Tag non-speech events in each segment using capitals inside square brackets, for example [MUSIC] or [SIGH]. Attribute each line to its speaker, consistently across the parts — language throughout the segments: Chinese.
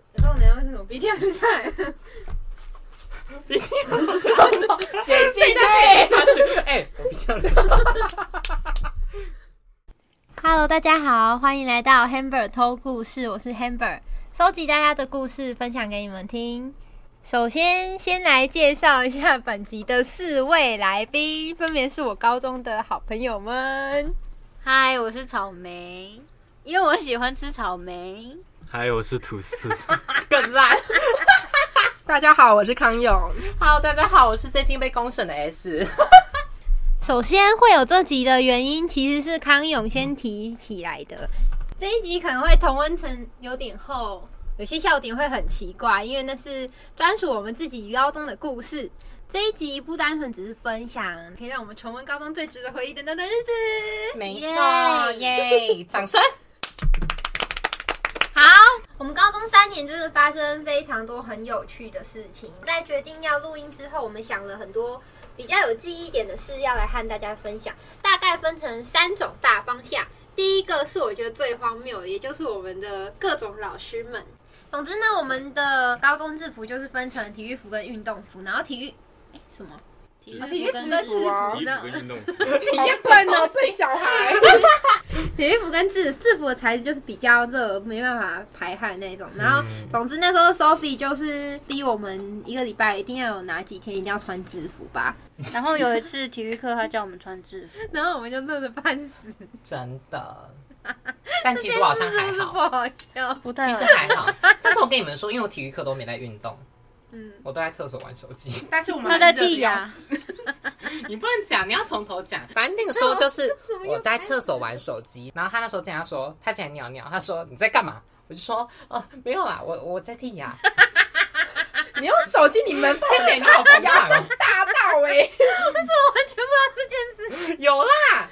Speaker 1: [LAUGHS] 什么鼻涕流下来？
Speaker 2: 鼻涕
Speaker 1: [LAUGHS] 姐姐，
Speaker 2: 下去，哎，我鼻涕要流下来
Speaker 3: Hello，大家好，欢迎来到 Hamber 偷故事，我是 Hamber，收集大家的故事，分享给你们听。首先，先来介绍一下本集的四位来宾，分别是我高中的好朋友们。
Speaker 4: 嗨，我是草莓，因为我喜欢吃草莓。
Speaker 5: 还有是吐司， [LAUGHS]
Speaker 2: 更烂。
Speaker 6: 大家好，我是康永。
Speaker 2: Hello，大家好，我是最近被公审的 S。
Speaker 3: 首先会有这集的原因，其实是康永先提起来的。这一集可能会同温层有点厚，有些笑点会很奇怪，因为那是专属我们自己高中的故事。这一集不单纯只是分享，可以让我们重温高中最值得回忆的那段日子。
Speaker 2: 没
Speaker 3: 耶
Speaker 2: 错，耶！掌声。
Speaker 3: 好，我们高中三年真的发生非常多很有趣的事情。在决定要录音之后，我们想了很多比较有记忆点的事要来和大家分享，大概分成三种大方向。第一个是我觉得最荒谬的，也就是我们的各种老师们。总之呢，我们的高中制服就是分成体育服跟运动服，然后体育诶什么？
Speaker 4: 体
Speaker 5: 啊
Speaker 4: 育服跟
Speaker 1: 体育服跟制服啊
Speaker 5: 体育服跟运动服，
Speaker 6: 你笨哦，这小孩。
Speaker 3: 体育服跟制制服的材质就是比较热，没办法排汗那种。然后，总之那时候 Sophie 就是逼我们一个礼拜一定要有哪几天一定要穿制服吧。
Speaker 4: 然后有一次体育课，他叫我们穿制服，
Speaker 3: [LAUGHS] 然后我们就乐得半死。 [LAUGHS]
Speaker 2: 真的。 [LAUGHS] 但其实我好像还
Speaker 3: 是不是不
Speaker 2: 好，
Speaker 3: 好 [LAUGHS] 笑？
Speaker 4: 不
Speaker 2: 其
Speaker 4: 太
Speaker 2: 实还好。但是我跟你们说，因为我体育课都没在运动，
Speaker 3: 嗯，
Speaker 2: 我都在厕所玩手机。
Speaker 6: 但是我们
Speaker 4: 他在剔牙，
Speaker 2: 你不能讲，你要从头讲。反正那个时候 [LAUGHS] 就是我在厕所玩手机，然后他那时候竟然说他竟然尿尿，他说你在干嘛？我就说哦没有啦，我我在剔 [LAUGHS] 牙。
Speaker 6: 你用手机，你们
Speaker 2: 谢谢你好捧场哦。
Speaker 6: 大到哎。
Speaker 3: 完全不知道这件事。
Speaker 2: [LAUGHS] 有啦。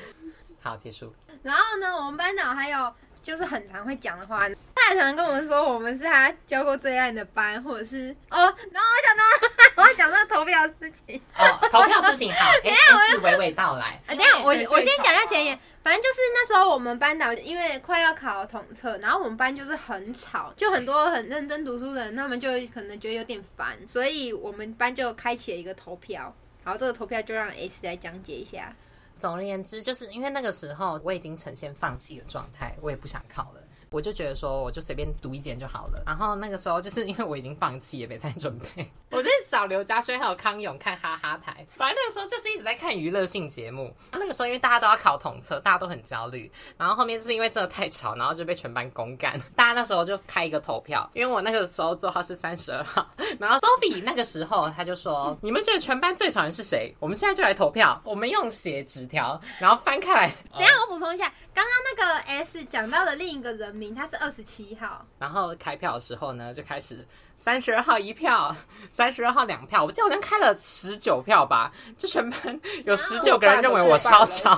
Speaker 2: 好，结束。
Speaker 3: 然后呢，我们班长还有就是很常会讲的话，他还常跟我们说我们是他教过最烂的班，或者是哦，然后我想到 [LAUGHS] 我要讲到投票的事情。
Speaker 2: 哦，投票事 [LAUGHS] 情好，哎，是娓娓道来。
Speaker 3: 啊，等一下我
Speaker 6: 谁最
Speaker 3: 我先讲一下
Speaker 6: 吵啊
Speaker 3: 前言，反正就是那时候我们班导因为快要考统测，然后我们班就是很吵，就很多很认真读书的人，他们就可能觉得有点烦，所以我们班就开启了一个投票。然后这个投票就让 S 来讲解一下。
Speaker 2: 总而言之，就是因为那个时候我已经呈现放弃的状态，我也不想考了。我就觉得说，我就随便读一间就好了。然后那个时候，就是因为我已经放弃，也没再准备。 [LAUGHS] 我就找刘家轩还有康永看哈哈台，反正那个时候就是一直在看娱乐性节目。那个时候因为大家都要考统测，大家都很焦虑。然后后面就是因为真的太吵，然后就被全班公干。大家那时候就开一个投票，因为我那个时候座号是三十二号。 [LAUGHS] 然后 Sophie 那个时候他就说：“你们觉得全班最吵人是谁？我们现在就来投票。”我们用写纸条，然后翻开来，
Speaker 3: 等一
Speaker 6: 啊
Speaker 3: 下我补充一下，刚刚那个 S 讲到的另一个人名，他是二十七号，
Speaker 2: 然后开票的时候呢，就开始三十二号一票， [LAUGHS] 三十二号两票，我记得好像开了十九票吧，就全 [LAUGHS] 班有十九个人认为我超吵，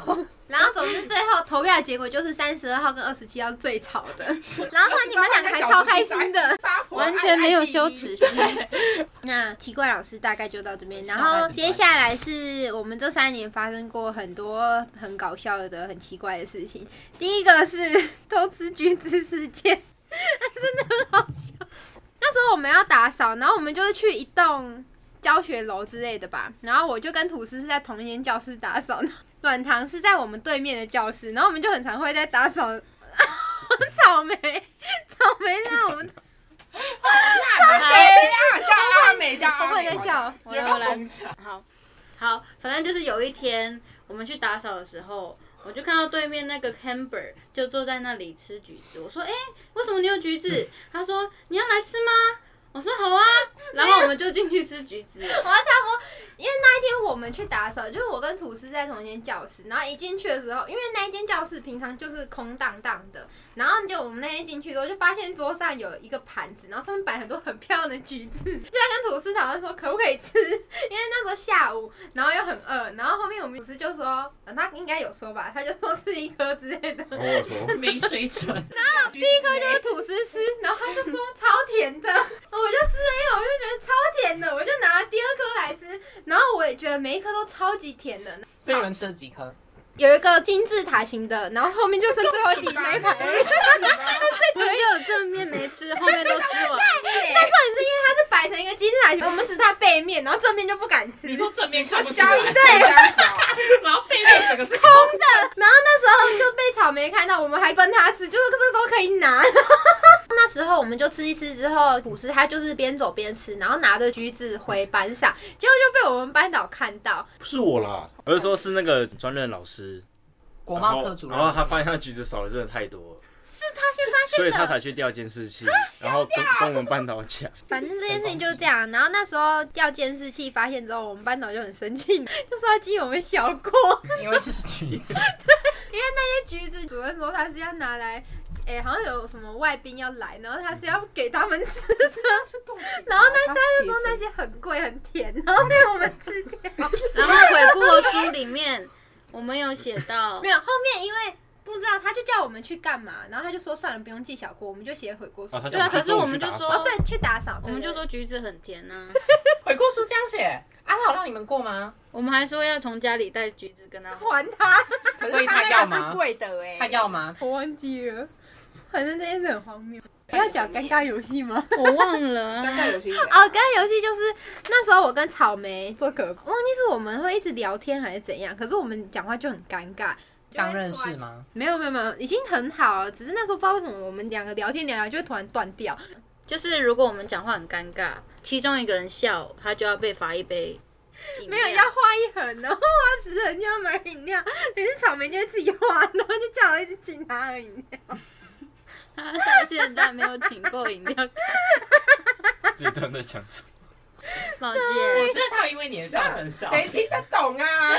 Speaker 3: 然后总之最后投票的结果就是三十二号跟二十七号是最吵
Speaker 6: [LAUGHS]
Speaker 3: 的，然后突然你们两个还超开心的，
Speaker 4: 完全没有羞耻心。
Speaker 3: 那奇怪老师大概就到这边，然
Speaker 2: 小孩
Speaker 3: 后
Speaker 2: 子
Speaker 3: 接下来是我们这三年发生过很多很搞笑的、很奇怪的事情。第一个是偷吃橘子事件，真的很好笑。 [LAUGHS] 那时候我们要打扫，然后我们就是去一栋教学楼之类的吧，然后我就跟吐司是在同一间教室打扫，软糖是在我们对面的教室，然后我们就很常会在打扫。 [LAUGHS] 草莓，草莓让我们
Speaker 6: 谁呀？叫阿美，叫
Speaker 3: 我
Speaker 6: 阿
Speaker 3: 不能再。
Speaker 6: 美
Speaker 3: 笑。
Speaker 4: 我来我来，
Speaker 2: 讲？
Speaker 4: 好好，反正就是有一天我们去打扫的时候，我就看到对面那个 Camber 就坐在那里吃橘子。我说：“哎、为什么你有橘子？”他说：“你要来吃吗？”我说：“好啊。”然后我们就进去吃橘子了。
Speaker 3: 我要插播，因为那一天我们去打扫，就是我跟吐司在同一间教室，然后一进去的时候，因为那一间教室平常就是空荡荡的，然后就我们那天进去之后，就发现桌上有一个盘子，然后上面摆很多很漂亮的橘子，就在跟吐司讨论说可不可以吃，因为那时候下午，然后又很饿，然后后面我们吐司就说，呃他应该有说吧，他就说吃一颗之类的，
Speaker 5: 然后我
Speaker 7: [LAUGHS]
Speaker 5: 说
Speaker 2: [LAUGHS] 没水准，
Speaker 3: 第一颗就是吐司吃，然后他就说超甜的， [LAUGHS] 我就吃了一口，我就觉得超甜的，我就拿了第二颗来吃，然后我也觉得每一颗都超级甜的。
Speaker 2: [LAUGHS] 所以你们吃了几颗？
Speaker 3: 有一个金字塔型的，然后后面就剩最后一
Speaker 4: [LAUGHS]
Speaker 3: 滴那一排，
Speaker 4: 我们就有正面没吃，后面都吃完。
Speaker 3: [LAUGHS] 但重点是背面，然后正面就不敢吃。
Speaker 8: 你说正面
Speaker 6: 你说
Speaker 8: 看不出
Speaker 6: 宵
Speaker 2: [LAUGHS]
Speaker 8: 来，
Speaker 6: 夜这样子哦，
Speaker 8: 然后背面整个是空的，
Speaker 3: 然后那时候就被草莓看到，我们还分他吃，就是这个都可以拿。 [LAUGHS] 那时候我们就吃一吃之后，捕食他就是边走边吃，然后拿着橘子回班上，结果就被我们班导看到，
Speaker 9: 不是我啦，我是说是那个专任老师，
Speaker 2: 国贸特主
Speaker 9: 然后然后他
Speaker 2: 任。
Speaker 9: 发现他橘子少的真的太多了，
Speaker 3: 是他先发现的。
Speaker 9: 所以他才去调监视器，然后跟跟我们班导
Speaker 5: [LAUGHS]
Speaker 9: 讲，
Speaker 3: 反正这件事情就是这样。然后那时候调监视器发现之后，我们班导就很生气， [LAUGHS] 就说要记我们小过。
Speaker 2: 因为这是橘 [LAUGHS] 子，
Speaker 3: 那橘子主任说他是要拿来，哎、好像有什么外宾要来，然后他是要给他们吃 [LAUGHS] 的。然后那他就说那些很贵很甜， [LAUGHS] 然后被我们吃 [LAUGHS] 掉。
Speaker 4: 然后回顾的书里面，我们有写到
Speaker 3: 没，有，后面因为不知道，他就叫我们去干嘛，然后他就说算了，不用记小过，我们就写悔过书。
Speaker 9: 啊他
Speaker 4: 对啊，可是我们就
Speaker 3: 哦，
Speaker 4: 说，
Speaker 3: 对，去打扫，
Speaker 4: 我们就说橘子很甜啊呐、
Speaker 2: 悔过书这样写，阿好让你们过吗？
Speaker 4: [LAUGHS] 我们还说要从家里带橘子跟他换。
Speaker 3: 还他，
Speaker 2: 所以他要
Speaker 6: 那个
Speaker 2: 吗
Speaker 6: 是？贵的哎，
Speaker 2: 他要吗？
Speaker 3: 我忘记了。反正这件事很荒谬。要讲尴尬游戏吗？
Speaker 4: [LAUGHS] 我忘了
Speaker 6: 大
Speaker 4: 啊，
Speaker 6: 概有些
Speaker 3: 哦，刚刚游戏就是那时候我跟草莓做可，忘记是我们会一直聊天还是怎样，可是我们讲话就很尴尬。
Speaker 2: 刚认识
Speaker 6: [LAUGHS]
Speaker 2: 吗？
Speaker 3: 没有没有没有，已经很好了，只是那时候不知道为什么我们两个聊天聊聊就会突然断掉。
Speaker 4: [LAUGHS] 就是如果我们讲话很尴尬，其中一个人笑，他就要被罚一杯饮料。
Speaker 3: 没有要画一横，然后画十横就要买饮料，可是草莓就会自己画，然后就叫我一直请他喝饮料。
Speaker 4: [LAUGHS] 他到现在没有请过饮料， [LAUGHS]
Speaker 9: 这段在讲什么？
Speaker 4: 抱 [LAUGHS]
Speaker 8: 我
Speaker 4: 歉。
Speaker 8: 觉得他有因为你的笑声笑，
Speaker 6: 谁听得懂啊？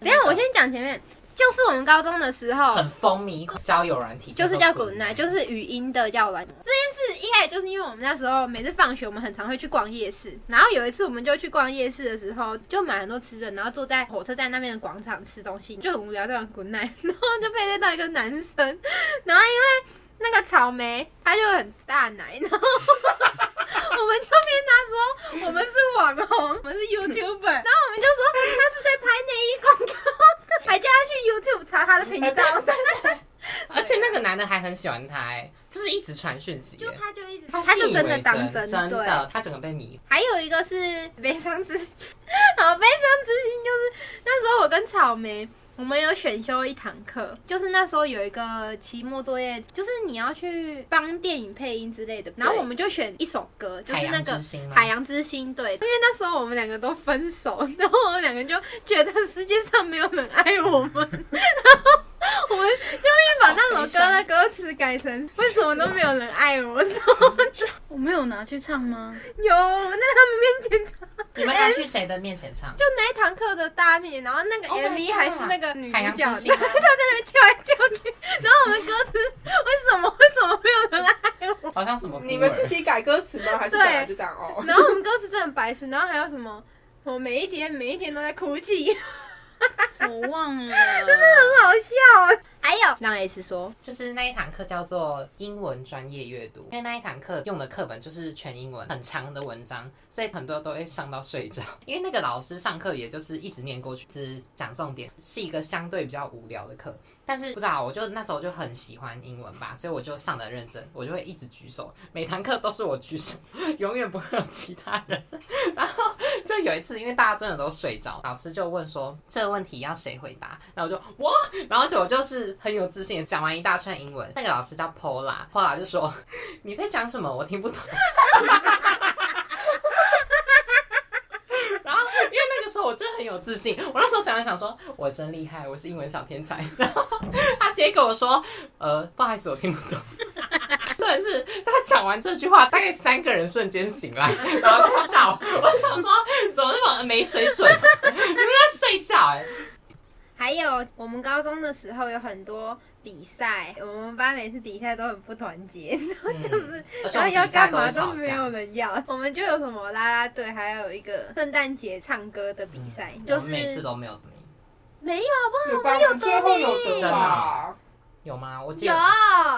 Speaker 3: 等一下我先讲前面，就是我们高中的时候，
Speaker 2: 很风靡交友软体，
Speaker 3: 就是叫 Good
Speaker 2: Good
Speaker 3: Night，
Speaker 6: [LAUGHS]
Speaker 2: Night
Speaker 3: 就是语音的叫软。这件事一开始就是因为我们那时候每次放学，我们很常会去逛夜市。然后有一次我们就去逛夜市的时候，就买很多吃的，然后坐在火车站那边的广场吃东西，就很无聊在玩 Good Night，然 [LAUGHS] 后就配对到一个男生，然后因为那个草莓他就很大奶，然后 [LAUGHS] 我们就骗他说我们是网红，我们是 YouTuber，然 [LAUGHS] 后我们就说他是在拍内衣广告，还叫他去 YouTube 查他的
Speaker 6: 呃
Speaker 3: 频道。
Speaker 2: [LAUGHS] 而且那个男的还很喜欢他、欸，就是一直传讯息、
Speaker 3: 就
Speaker 2: 欸。
Speaker 3: 他就一直，
Speaker 2: 他
Speaker 3: 他就
Speaker 2: 信以
Speaker 3: 真的
Speaker 2: 为
Speaker 3: 当
Speaker 2: 真，
Speaker 3: 真，对。
Speaker 2: 的，他整个被迷。
Speaker 3: 还有一个是 [LAUGHS] 悲伤之心，好，悲伤之心就是那时候我跟草莓，我们有选修一堂课，就是那时候有一个期末作业，就是你要去帮电影配音之类的，然后我们就选一首歌，就是那
Speaker 2: 海洋
Speaker 3: 个
Speaker 2: 之。心吗
Speaker 3: 海洋之心，对，因为那时候我们两个都分手，然后我们两个就觉得世界上没有人爱我们，然
Speaker 2: [LAUGHS]
Speaker 3: 后我们就会把那首歌的歌词改成为什么都没有人爱我， [LAUGHS]
Speaker 4: 我没有拿去唱吗？
Speaker 3: 有我们在他们面前唱
Speaker 2: 你们要去谁的面前唱？
Speaker 3: 就那一堂课的大面，然后那个
Speaker 2: Oh my
Speaker 3: MV
Speaker 2: God
Speaker 3: 还是那个女主
Speaker 2: 海洋
Speaker 3: 角， [LAUGHS] 她在
Speaker 2: 之心吗。
Speaker 3: 那边跳来跳去，然后我们歌词为什么 [LAUGHS] 为什么没有人爱？
Speaker 2: 好像什么孤儿？
Speaker 6: 嗯你们自己改歌词吗？还是
Speaker 3: 对
Speaker 6: 本来就这样哦？
Speaker 3: [LAUGHS] 然后我们歌词真的很白痴，然后还有什么？我每一天每一天都在哭泣，
Speaker 4: 我忘了。
Speaker 3: 很好笑。 [LAUGHS] 还有让 S 说，
Speaker 2: 就是那一堂课叫做英文专业阅读，因为那一堂课用的课本就是全英文，很长的文章，所以很多都会上到睡着。 [LAUGHS] 因为那个老师上课也就是一直念过去，只讲重点，是一个相对比较无聊的课。但是不知道，我就那时候就很喜欢英文吧，所以我就上的认真，我就会一直举手，每堂课都是我举手，永远不会有其他人。 [LAUGHS] 然后就有一次，因为大家真的都睡着，老师就问说这个问题要谁回答，然后我就我 [LAUGHS] 然后就我就是很有自信，讲完一大串英文。那个老师叫 Pola，Pola 就说你在讲什么，我听不懂。 [LAUGHS] 然后因为那个时候我真的很有自信，我那时候讲了想说我真厉害，我是英文小天才。 [LAUGHS] 然后他直接跟我说，呃，不好意思，我听不懂。 [LAUGHS] 但是他讲完这句话，大概三个人瞬间醒来，然后在笑。 [LAUGHS] 我想说，怎么那么没水准、 [LAUGHS] 你们在睡觉哎、
Speaker 3: 还有我们高中的时候有很多比赛，我们班每次比赛都很不团 [LAUGHS] 结，
Speaker 2: 就是，嗯而且
Speaker 3: 然
Speaker 2: 我
Speaker 3: 后
Speaker 2: 们
Speaker 3: 要
Speaker 2: 比赛
Speaker 3: 干
Speaker 2: 都会
Speaker 3: 嘛
Speaker 2: 吵
Speaker 3: 都
Speaker 2: 架
Speaker 3: 没有人要。 [LAUGHS] 我们就有什么啦啦队，还有一个圣诞节唱歌的比赛，
Speaker 6: 嗯
Speaker 3: 就
Speaker 2: 嗯我
Speaker 3: 是
Speaker 2: 们每次都没有得
Speaker 3: 没
Speaker 2: 名
Speaker 3: 有。
Speaker 6: 有吧？我们最后有得
Speaker 2: 真的
Speaker 6: 吧
Speaker 2: 啊？有吗？我记
Speaker 3: 有啊
Speaker 2: 得，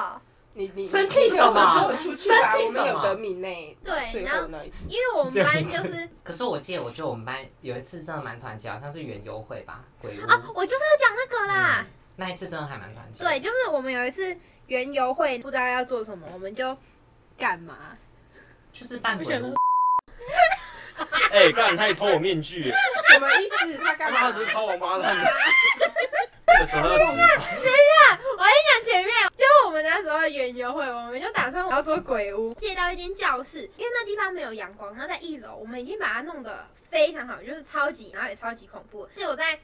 Speaker 6: 你你
Speaker 2: 生气什么
Speaker 6: 跟我出去吧，
Speaker 2: 生气
Speaker 6: 我们
Speaker 2: 什
Speaker 6: 有
Speaker 2: 么
Speaker 6: 得米内，
Speaker 3: 对
Speaker 6: 最
Speaker 3: 然
Speaker 6: 后
Speaker 3: 后
Speaker 6: 那一次，
Speaker 3: 因为我们班就是
Speaker 2: 可是我记得，我觉得我们班有一次真的蛮团结，好像是园游会吧，鬼屋、
Speaker 3: 啊，我就是要讲那个啦。
Speaker 2: 那一次真的还蛮团结。
Speaker 3: 对，，就是我们有一次园游会，不知道要做什么，我们就干嘛？
Speaker 2: 就是办鬼屋。
Speaker 7: 哎，干，他也偷我面具，哎
Speaker 6: 什么意思？他干
Speaker 7: 他
Speaker 6: 嘛
Speaker 7: 只？是超王八蛋的。那个时候要直
Speaker 3: 我跟你讲前面，就是我们那时候的园游会，我们就打算我要做鬼屋，借到一间教室，因为那地方没有阳光，然后在一楼，我们已经把它弄得非常好，就是超级，然后也超级恐怖。就我在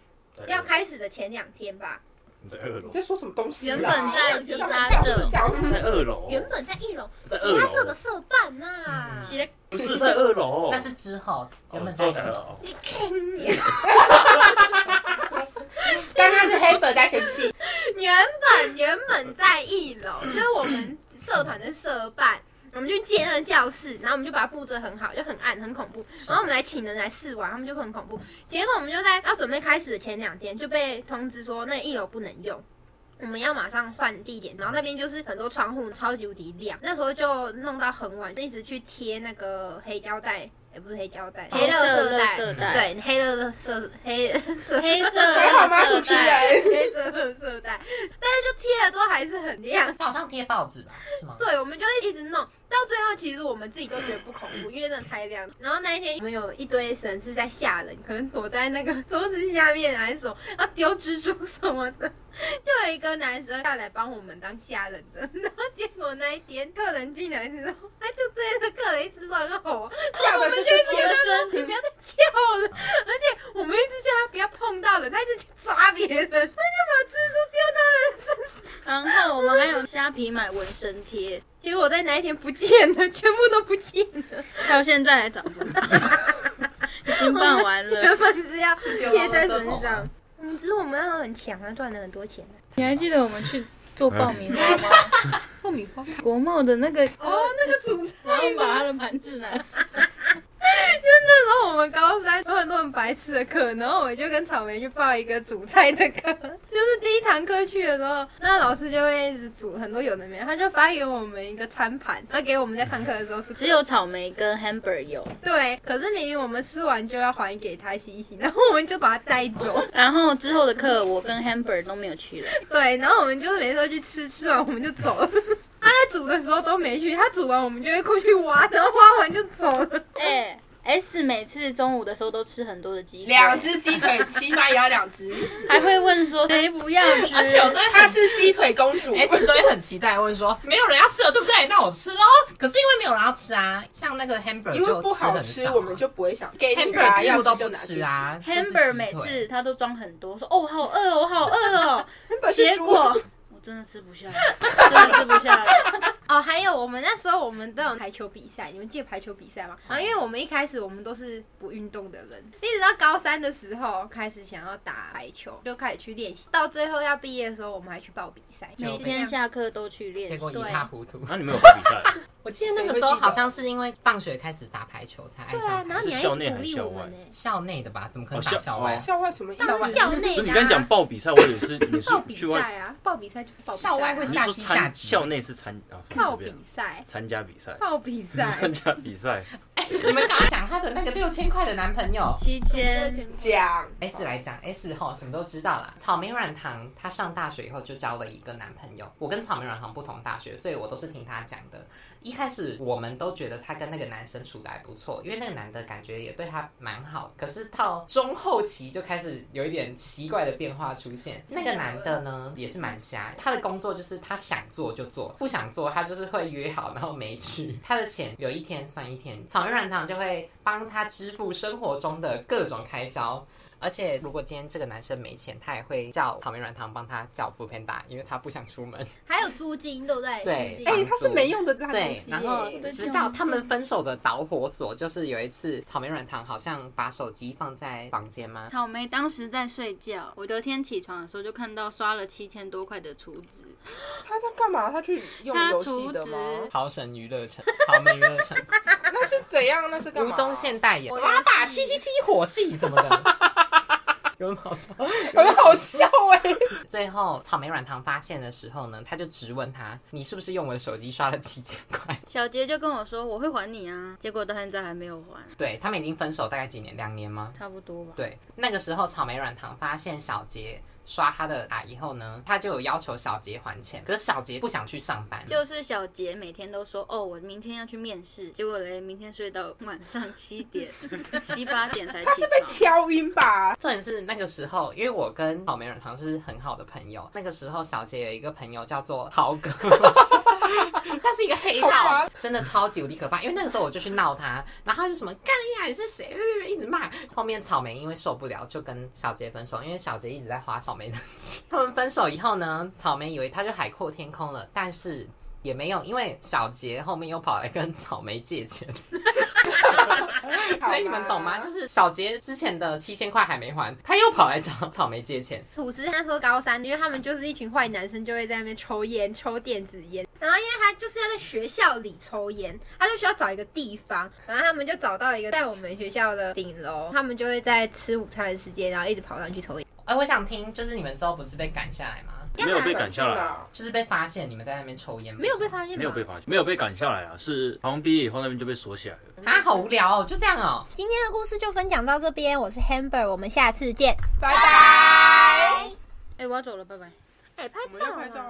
Speaker 3: 要
Speaker 7: 播，
Speaker 3: 开始的前两天吧，
Speaker 7: 你在二楼
Speaker 6: 你，在说什么东西啊
Speaker 4: 原
Speaker 6: 啦？
Speaker 4: 本在吉他社
Speaker 7: [LAUGHS]
Speaker 6: 讲
Speaker 7: 在二楼，
Speaker 3: 原本在一楼，
Speaker 7: 在二
Speaker 3: 吉他社的
Speaker 7: 楼，
Speaker 3: 社办呐、
Speaker 4: 起来
Speaker 7: 不是在二楼，
Speaker 2: 那是之后原本
Speaker 7: 哦
Speaker 2: 在
Speaker 7: 改了哦。
Speaker 3: 看你，
Speaker 6: 刚刚是黑粉在生气，
Speaker 3: [LAUGHS] 原本原本在一楼，就是我们社团的社办。我们就借那个教室，然后我们就把它布置得很好，就很暗，很恐怖。然后我们来请人来试玩，他们就说很恐怖。结果我们就在啊要准备开始的前两天就被通知说，那一楼不能用，我们要马上换地点。然后那边就是很多窗户，超级无敌亮。那时候就弄到很晚，就一直去贴那个黑胶带，也、不是黑胶带，黑色色带，
Speaker 4: 色带，
Speaker 3: 对，黑色色黑 [LAUGHS] 色
Speaker 4: 黑 [LAUGHS] 色的
Speaker 6: 还好吗？
Speaker 4: 色
Speaker 6: 主持
Speaker 4: 带，
Speaker 6: 人，
Speaker 3: 黑色色带，但是就贴了之后还是很亮。
Speaker 2: 他好像贴报纸吧，是吗？
Speaker 3: 对，我们就一直弄到最后，其实我们自己都觉得不恐怖，因为真的太亮。然后那一天，我们有一堆神是在吓人，可能躲在那个桌子下面啊还是什么，要丢蜘蛛什么的。就有一个男生下来帮我们当吓人的，然后结果那一天客人进来之后，他就对着客人一直乱吼，
Speaker 6: 讲的就是
Speaker 4: 我的身体
Speaker 3: 你不要再叫了，而且我们一直叫他不要碰到人，他一直去抓别人， [LAUGHS] 他就把蜘蛛丢到人身上。
Speaker 4: 然后我们还有虾皮买纹身贴，
Speaker 3: 结果我在哪一天不见了，全部都不见了。
Speaker 4: 到现在还找不到， [LAUGHS] 已经办完了。
Speaker 3: 原本是要贴在身上。嗯，只是我们那时候很强啊，赚了很多钱、啊。
Speaker 4: 你还记得我们去做爆
Speaker 2: 哎
Speaker 4: 米花吗？
Speaker 3: 爆米花，
Speaker 4: 国贸的那个， [LAUGHS]
Speaker 3: 哦，那个主菜
Speaker 4: 然后把
Speaker 3: 嘛，
Speaker 4: 他的盘子拿
Speaker 3: 那时候我们高三有很多很白痴的课，然后我就跟草莓去报一个煮菜的课， [LAUGHS] 就是第一堂课去的时候，那老师就会一直煮很多有的没的，他就发给我们一个餐盘，他给我们在上课的时候是
Speaker 4: 只有草莓跟 Hamburger 有，
Speaker 3: 对，可是明明我们吃完就要还给他洗一洗，然后我们就把它带走。
Speaker 4: 然后之后的课我跟 Hamburger 都没有去了。
Speaker 3: 对，然后我们就是每次都去吃，吃完我们就走了。 [LAUGHS] 他在煮的时候都没去，他煮完我们就会过去挖，然后挖完就走了。
Speaker 4: 哎、s 每次中午的时候都吃很多的鸡腿，
Speaker 6: 两只鸡腿起码也要两只，
Speaker 4: 还会问说谁不要吃， [LAUGHS]
Speaker 8: 而且我对
Speaker 6: 她是鸡腿公主。
Speaker 2: S 都会很期待，问说没有人要吃了，对不对？那我吃喽。可是因为没有人要吃啊，像那个 hamburger
Speaker 6: 因为
Speaker 2: 就
Speaker 6: 不
Speaker 2: 很
Speaker 6: 好吃，
Speaker 2: 少啊，
Speaker 6: 我们就不会想给你吧，
Speaker 2: hamburger 几
Speaker 6: 要
Speaker 2: 乎都
Speaker 6: 吃
Speaker 2: 不
Speaker 6: 就拿
Speaker 2: 吃
Speaker 6: 去。
Speaker 2: 啊。就是鸡
Speaker 4: Hamburger
Speaker 2: 腿
Speaker 4: 每次他都装很多，说哦我好饿哦，我好饿哦，
Speaker 6: 是
Speaker 4: 结
Speaker 6: 猪
Speaker 4: 果我真的吃不下了，真的吃不
Speaker 2: [LAUGHS]
Speaker 4: 下了。
Speaker 3: [LAUGHS] 哦，还有我们那时候我们都有排球比赛，你们记得排球比赛吗？啊，因为我们一开始我们都是不运动的人，一直到高三的时候开始想要打排球，就开始去练习。到最后要毕业的时候，我们还去报比赛，就
Speaker 4: 每
Speaker 3: 这
Speaker 4: 天
Speaker 3: 样
Speaker 4: 下课都去练
Speaker 2: 结
Speaker 4: 习
Speaker 2: 果，一塌糊涂。
Speaker 7: 那啊你们有比
Speaker 3: [LAUGHS]
Speaker 7: 赛？
Speaker 2: 我记得那个时候好像是因为放学开始打排球才爱
Speaker 3: 对啊
Speaker 2: 上，排
Speaker 3: 然后
Speaker 2: 球，
Speaker 3: 你还一直鼓
Speaker 7: 是校内还
Speaker 3: 励
Speaker 7: 校
Speaker 3: 我们
Speaker 7: 外
Speaker 3: 呢、
Speaker 2: 校内的吧？怎么可能打
Speaker 7: 哦校
Speaker 2: 校外
Speaker 7: 哦？
Speaker 6: 校外什么意思？
Speaker 3: 当然是校内
Speaker 7: 不
Speaker 3: 的、
Speaker 7: 是
Speaker 3: 啊。
Speaker 7: 你刚才讲报比赛，我以为是你是
Speaker 3: 报比
Speaker 7: 去外，
Speaker 3: 赛啊，报比赛就是报比赛啊、
Speaker 2: 校外会
Speaker 7: 你
Speaker 2: 下
Speaker 7: 是
Speaker 2: 棋
Speaker 7: 说
Speaker 2: 下
Speaker 7: 参
Speaker 2: 棋
Speaker 7: 校内是参啊，
Speaker 3: 报比
Speaker 7: 随便
Speaker 3: 赛，
Speaker 7: 参加比赛，
Speaker 3: 报比赛
Speaker 7: [LAUGHS] 参。加比赛，
Speaker 2: 你们刚刚讲她的那个六千块的男朋友。
Speaker 4: 期间
Speaker 6: 讲
Speaker 2: S 来讲，S 吼什么都知道啦。草莓软糖，她上大学以后就交了一个男朋友。我跟草莓软糖不同大学，所以我都是听她讲的。一开始我们都觉得她跟那个男生处的还不错，因为那个男的感觉也对她蛮好。可是到中后期就开始有一点奇怪的变化出现。那个男的呢也是蛮瞎，他的工作就是他想做就做，不想做他就是会约好然后没去。他的钱有一天算一天，草莓软糖就会帮他支付生活中的各种开销。而且如果今天这个男生没钱，他也会叫草莓软糖帮他叫副 panda，因为他不想出门。
Speaker 3: 还有租金，对不对？
Speaker 2: 对
Speaker 3: 租金
Speaker 6: 哎，他是没用的烂东
Speaker 2: 对，
Speaker 6: 西耶。
Speaker 2: 然后
Speaker 4: 对
Speaker 2: 直到他们分手的导火索，就是有一次草莓软糖好像把手机放在房间吗？
Speaker 4: 草莓当时在睡觉，我隔天起床的时候就看到刷了七千多块的储值，
Speaker 6: 他在干嘛？他去用
Speaker 4: 他
Speaker 6: 游
Speaker 4: 储
Speaker 6: 戏的
Speaker 4: 值
Speaker 6: 吗？
Speaker 2: 豪神娱乐城，豪门娱乐城，
Speaker 6: 那是怎样？那是 [LAUGHS] 干
Speaker 2: 吴
Speaker 6: 嘛？
Speaker 2: 宗
Speaker 6: [LAUGHS]
Speaker 2: 宪代言，
Speaker 3: 我
Speaker 2: 哇吧七七七火系什么的，有什么好笑？
Speaker 6: 很好笑哎。
Speaker 2: [LAUGHS] 最后草莓软糖发现的时候呢，他就直问他：“你是不是用我的手机刷了七千块？” [LAUGHS]
Speaker 4: 小杰就跟我说我会还你啊，结果到现在还没有还，
Speaker 2: 对他们已经分手大概几年，两年吗？
Speaker 4: 差不多吧。
Speaker 2: 对，那个时候草莓软糖发现小杰刷他的卡以后呢，他就有要求小杰还钱，可是小杰不想去上班，
Speaker 4: 就是小杰每天都说哦，我明天要去面试，结果嘞，明天睡到晚上七点、七八点才起
Speaker 6: 他是被
Speaker 4: 床。
Speaker 6: 敲晕吧？
Speaker 2: 重点是那个时候，因为我跟草莓软糖是很好的朋友。那个时候，小杰有一个朋友叫做豪哥， [LAUGHS] 他是一个黑
Speaker 6: 好
Speaker 2: 道
Speaker 6: 啊，
Speaker 2: 真的超级无敌可怕。因为那个时候我就去闹他，然后他就什么干你呀，你是谁？ [LAUGHS] 一直骂。后面草莓因为受不了，就跟小杰分手，因为小杰一直在花草莓的钱。 [LAUGHS] 他们分手以后呢，草莓以为他就海阔天空了，但是。也没有，因为小杰后面又跑来跟草莓借钱， [LAUGHS] 所以你们懂吗？就是小杰之前的七千块还没还，他又跑来找 [LAUGHS] 草莓借钱，
Speaker 3: 土司那时候高三，因为他们就是一群坏男生，就会在那边抽烟、抽电子烟。然后因为他就是要在学校里抽烟，他就需要找一个地方。然后他们就找到一个在我们学校的顶楼，他们就会在吃午餐的时间，然后一直跑上去抽烟。
Speaker 2: 哎、我想听，就是你们之后不是被赶下来吗？
Speaker 7: 没有被赶下来，啊
Speaker 2: 就是被发现你们在那边抽烟，
Speaker 3: 没有被发现吗？
Speaker 7: 没有被发现，没有被赶下来啊，是好像毕业以后那边就被锁起来了。
Speaker 2: 啊，好无聊哦，就这样哦。
Speaker 3: 今天的故事就分享到这边，我是 Hamber，我们下次见。
Speaker 6: 拜拜。
Speaker 4: 哎、我要走了，拜拜。
Speaker 3: 哎、拍
Speaker 6: 我们
Speaker 3: 照、啊
Speaker 6: 要拍照。